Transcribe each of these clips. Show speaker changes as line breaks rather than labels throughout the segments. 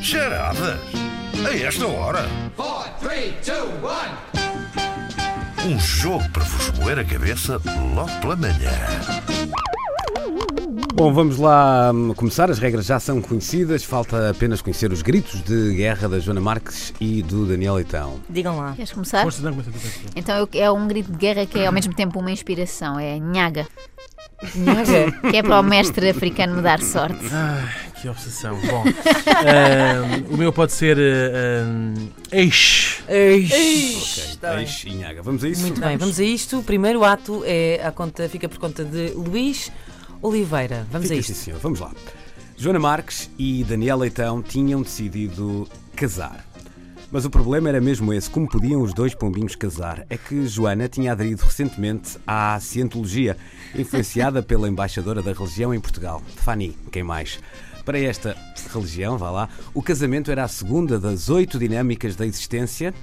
piadas? A esta hora?
four, three, two, one.
Um jogo para vos moer a cabeça logo pela manhã.
Bom, vamos lá hum, começar. As regras já são conhecidas. Falta apenas conhecer os gritos de guerra da Joana Marques e do Daniel Leitão.
Digam lá.
Queres começar? Então eu- é um grito de guerra que é ao mesmo tempo uma inspiração, é nhaga,
Nhaga.
que é para o mestre africano me dar sorte.
Que obsessão. Bom, ahm, o meu pode ser. Uh, ex.
Está bem.
Peixe e Inhaga. Vamos a isso?
Muito bem, vamos a isto. O primeiro ato é a conta, fica por conta de Luís Oliveira. Vamos
Fica assim,
a
sim,
isto.
senhor. Vamos lá. Joana Marques e Daniel Leitão tinham decidido casar. Mas o problema era mesmo esse, como podiam os dois pombinhos casar? É que Joana tinha aderido recentemente à Cientologia, influenciada pela embaixadora da religião em Portugal, Fanny, quem mais? Para esta religião, vá lá, o casamento era a segunda das oito dinâmicas da existência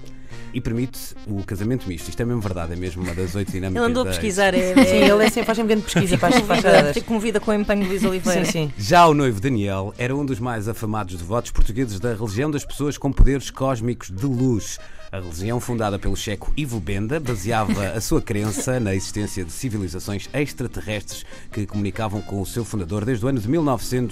e permite o casamento misto. Isto é mesmo verdade, é mesmo uma das oito dinâmicas
Ele andou a
da
pesquisar. É,
Sim,
é,
ele é sempre faz uma grande pesquisa para as fachadas.
fico comovida com o empenho de Luís Oliveira.
Sim, sim.
Já o noivo Daniel era um dos mais afamados devotos portugueses da religião das pessoas com poderes cósmicos de luz. A religião, fundada pelo checo Ivo Benda, baseava a sua crença na existência de civilizações extraterrestres que comunicavam com o seu fundador desde o ano de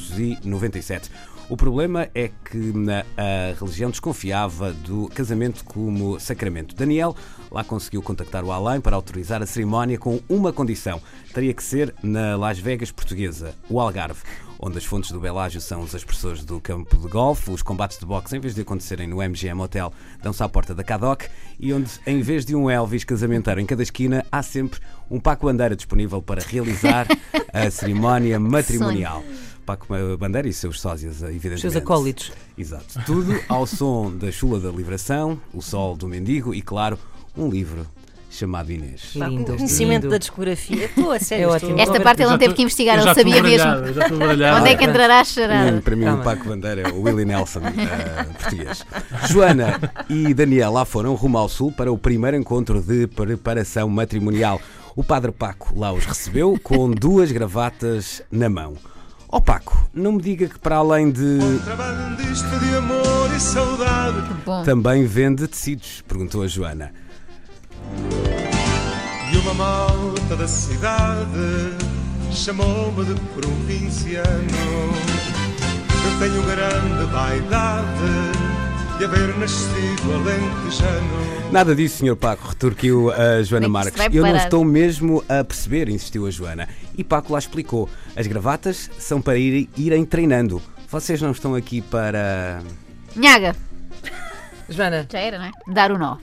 1997. O problema é que na- a religião desconfiava do casamento como sacramento. Daniel lá conseguiu contactar o Alain para autorizar a cerimónia com uma condição: teria que ser na Las Vegas portuguesa, o Algarve onde as fontes do Belágio são os expressores do campo de golfe, os combates de boxe, em vez de acontecerem no MGM Hotel, dão-se à porta da Cadoc, e onde, em vez de um Elvis casamenteiro em cada esquina, há sempre um Paco Bandeira disponível para realizar a cerimónia matrimonial. Paco Bandeira e seus sósias, eh, evidentemente.
Seus acólitos.
Exato. Tudo ao som da chula da liberação, o sol do mendigo e, claro, um livro chamado Inês.
Lindo.
Conhecimento
lindo.
da discografia. Estou a sério.
É
estou-
ótimo.
Esta parte Então ele não teve que investigar,
Eu
ele
já estou
sabia
baralhado,
mesmo.
eu Já estou baralhado.
Onde é que entrará a
Hum,
charada?
para mim,
Calma.
o Paco Bandeira é o Willie Nelson eh, português. Joana e Daniel lá foram rumo ao Sul para o primeiro encontro de preparação matrimonial. O padre Paco lá os recebeu com duas gravatas na mão. Ó Paco, não me diga que para além de.
Bom,
Tá.
também vende tecidos, perguntou a Joana.
E uma malta da cidade chamou-me de provinciano. Eu tenho grande vaidade de haver nascido alentejano.
Nada disso, Sr. Paco, retorquiu a Joana
Como é que
Marques.
isto vai
Eu não
parar?
estou mesmo a perceber, insistiu a Joana. E Paco lá explicou: as gravatas são para ir, irem treinando. Vocês não estão aqui para.
Nhaga,
Joana,
já era, não é? Dar o nó.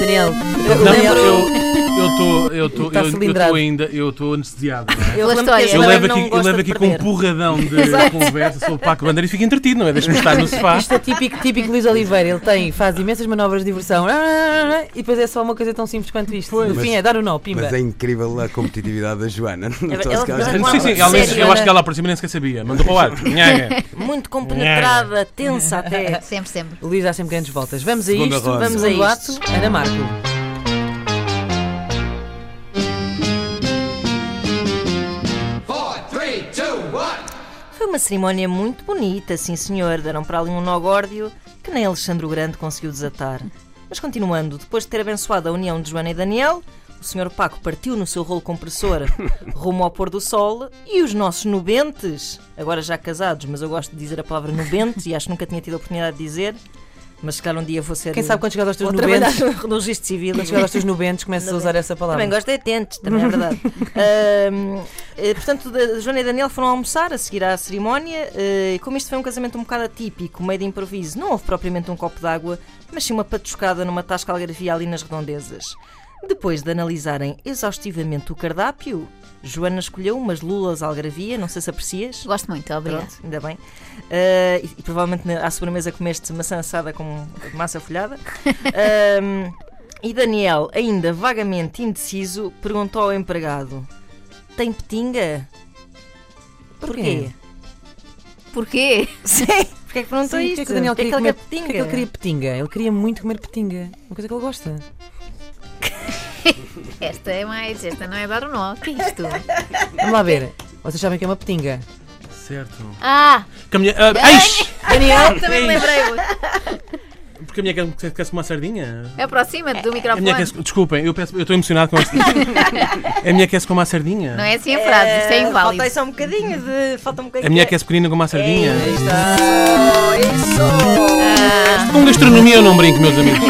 Daniel, eu
Não,
lembro-
eu- eu estou.
Está
Eu estou
cilindrado.
ainda. Eu estou anestesiado. não é?
Tá Eu,
Pela
lembro que a
história.
Eu
Joana
levo
não
aqui, eu
gosta
levo
de
aqui com um
perder.
porradão de conversa sobre o Paco Bandeira e fico entretido, não é? Deixa-me estar no sofá.
Isto é típico, típico Luís Oliveira. Ele tem, faz imensas manobras de diversão Ah, e depois é só uma coisa tão simples quanto isto. No fim é dar o nó, pimba.
Mas é incrível a competitividade da Joana. Não estou a
ela-
sequer a
ela-
Sim, sim, ela é nem-
Sério,
eu acho
Ana?
que ela por cima nem sequer sabia. Mandou para o ar. Nhaga.
Muito compenetrada, tensa até.
Sempre, sempre.
O Luís dá sempre grandes voltas. Vamos a
é Segunda
isto,
roda.
vamos a
Segundo
isto. Ana Marco.
Four, three, two, one.
Foi uma cerimónia muito bonita, sim senhor. Deram para ali um nogórdio que nem Alexandre o Grande conseguiu desatar. Mas continuando, depois de ter abençoado a união de Joana e Daniel, o senhor Paco partiu no seu rolo compressor rumo ao pôr do sol e os nossos nubentes, agora já casados, mas eu gosto de dizer a palavra nubente e acho que nunca tinha tido a oportunidade de dizer, mas se calhar um dia vou ser...
Quem sabe quando chegar aos teus
Vou trabalhar
90,
no registro civil.
quando chegar aos teus 90, começas a usar essa palavra.
Também gosto de atentes, também é verdade. Ahm, eh, portanto, da- Joana e Daniel foram almoçar a seguir à cerimónia eh, e, como isto foi um casamento um bocado atípico, meio de improviso, não houve propriamente um copo d'água, mas sim uma patuscada numa tasca algarvia ali nas redondezas. Depois de analisarem exaustivamente o cardápio, Joana escolheu umas lulas algarvia, não sei se aprecias.
Gosto muito, obrigada.
É.
Pronto, ainda bem. Ah, e, e provavelmente na- à sobremesa comeste maçã assada com massa folhada. Ahm, e Daniel, ainda vagamente indeciso, perguntou ao empregado: Tem petinga? Porquê?
Porquê?
Sim. Porquê é que perguntou
Sim,
isto?
o que é que o Daniel
Porquê
queria
é que ele
comer?
quer
O que é que ele queria petinga? Ele queria muito comer petinga. Uma coisa que ele gosta.
Esta é mais, esta não é dar o nó. O que é isto?
Vamos lá ver. Vocês sabem o que é uma é petinga?
certo.
Ah!
Que a minha. ah, eish!
Daniel,
Também me
lembrei
Porque a minha quer quer-se uma sardinha?
Aproxima-te do
A minha
microfone.
quer-se- Desculpem, eu peço- eu estou emocionado com isto. A minha quer-se como uma sardinha.
Não é assim a frase, isto é inválido.
Falta aí só um bocadinho de. Falta um bocadinho
A minha quer-se pequenina como uma sardinha.
Aí está. Isso!
Com gastronomia eu não brinco, meus amigos.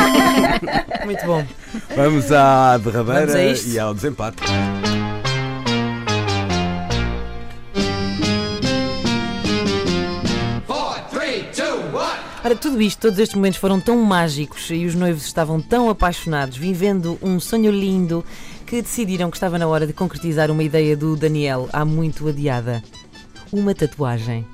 muito bom.
Vamos à derradeira
Vamos a isto?
e ao desempate.
Four, three, two, one.
Ora, tudo isto, todos estes momentos foram tão mágicos e os noivos estavam tão apaixonados, vivendo um sonho lindo, que decidiram que estava na hora de concretizar uma ideia do Daniel há muito adiada: uma tatuagem.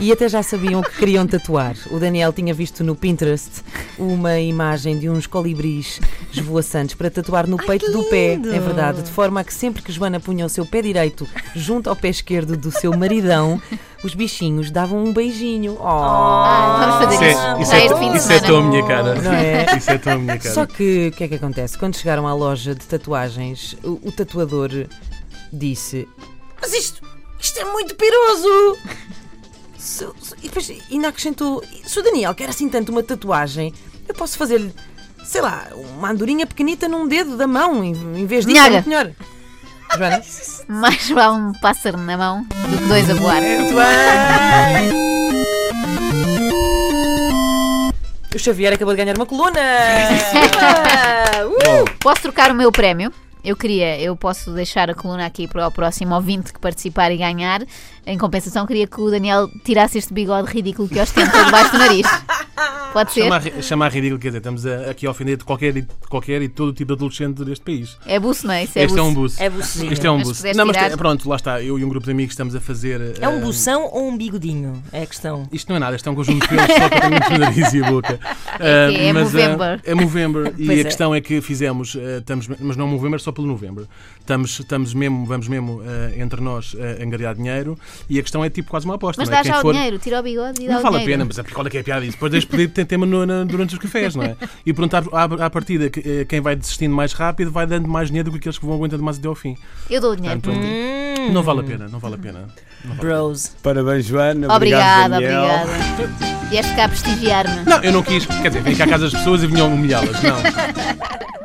E até já sabiam o que queriam tatuar. O Daniel tinha visto no Pinterest uma imagem de uns colibris esvoaçantes para tatuar no peito do pé.
lindo!
É verdade, de forma que sempre que Joana punha o seu pé direito junto ao pé esquerdo do seu maridão, os bichinhos davam um beijinho. Oh!
Ah, vamos fazer
Isso
isso.
é, isso
Já
é,
é de
to-
fim de
isso é
semana.
tua minha cara.
Não é?
Isso é tua minha cara.
Só que o que é que acontece? Quando chegaram à loja de tatuagens, o, o tatuador disse: Mas isto, isto é muito piroso! Se- se- e depois ainda acrescentou: Se o Daniel quer assim tanto uma tatuagem, eu posso fazer-lhe, sei lá, uma andorinha pequenita num dedo da mão em, em vez disso, é
Nhaga.
muito melhor. Joana?
Mais vale um pássaro na mão do que dois a voar.
O Xavier acabou de ganhar uma coluna!
Posso trocar o meu prémio? Eu queria, eu posso deixar a coluna aqui para o próximo ouvinte que participar e ganhar. Em compensação, queria que o Daniel tirasse este bigode ridículo que ostenta debaixo do nariz. Pode ser?
Chamar, ri- chamar ridículo, quer dizer, estamos a- aqui a ofender de qualquer, e- qualquer e todo tipo de adolescente deste país.
É buço, não é? Isso é
este é um
buço.
buço.
É bucinho.
Este é um
Mas
buço.
pudeste
Não, mas
tirar.
pronto, lá está. Eu e um grupo de amigos estamos a fazer.
É um
eh,
bução ou um bigodinho? É a questão.
Isto não é nada, isto é um conjunto de pelos só para ter entre o nariz e a boca.
É que é
Ah, ah,
Movember.
é Movember. E
Pois
a
é.
questão é que fizemos, ah, estamos, mas não Movember, só pelo Novembro. Estamos, estamos mesmo, vamos mesmo ah, entre nós ah, angariar dinheiro e a questão é tipo quase uma aposta.
Mas
não é?
dá
Quem
já o
for-
dinheiro, tira o bigode e dá
Não
o
vale a
dinheiro.
pena, mas qual é que é a piada disso? Depois deixo pedir tem tema no- na- durante os cafés, não é? E perguntar à, à partida que, eh, quem vai desistindo mais rápido vai dando mais dinheiro do que aqueles que vão aguentando mais até ao fim.
Eu dou o dinheiro.
Portanto,
Hum.
não vale a pena, não vale a pena.
Bros.
Parabéns, Joana.
Obrigada,
Daniel.
obrigada. Vieste cá prestigiar-me.
Não, eu não quis, quer dizer, vim cá à casa das pessoas e vinham humilhá-las, não.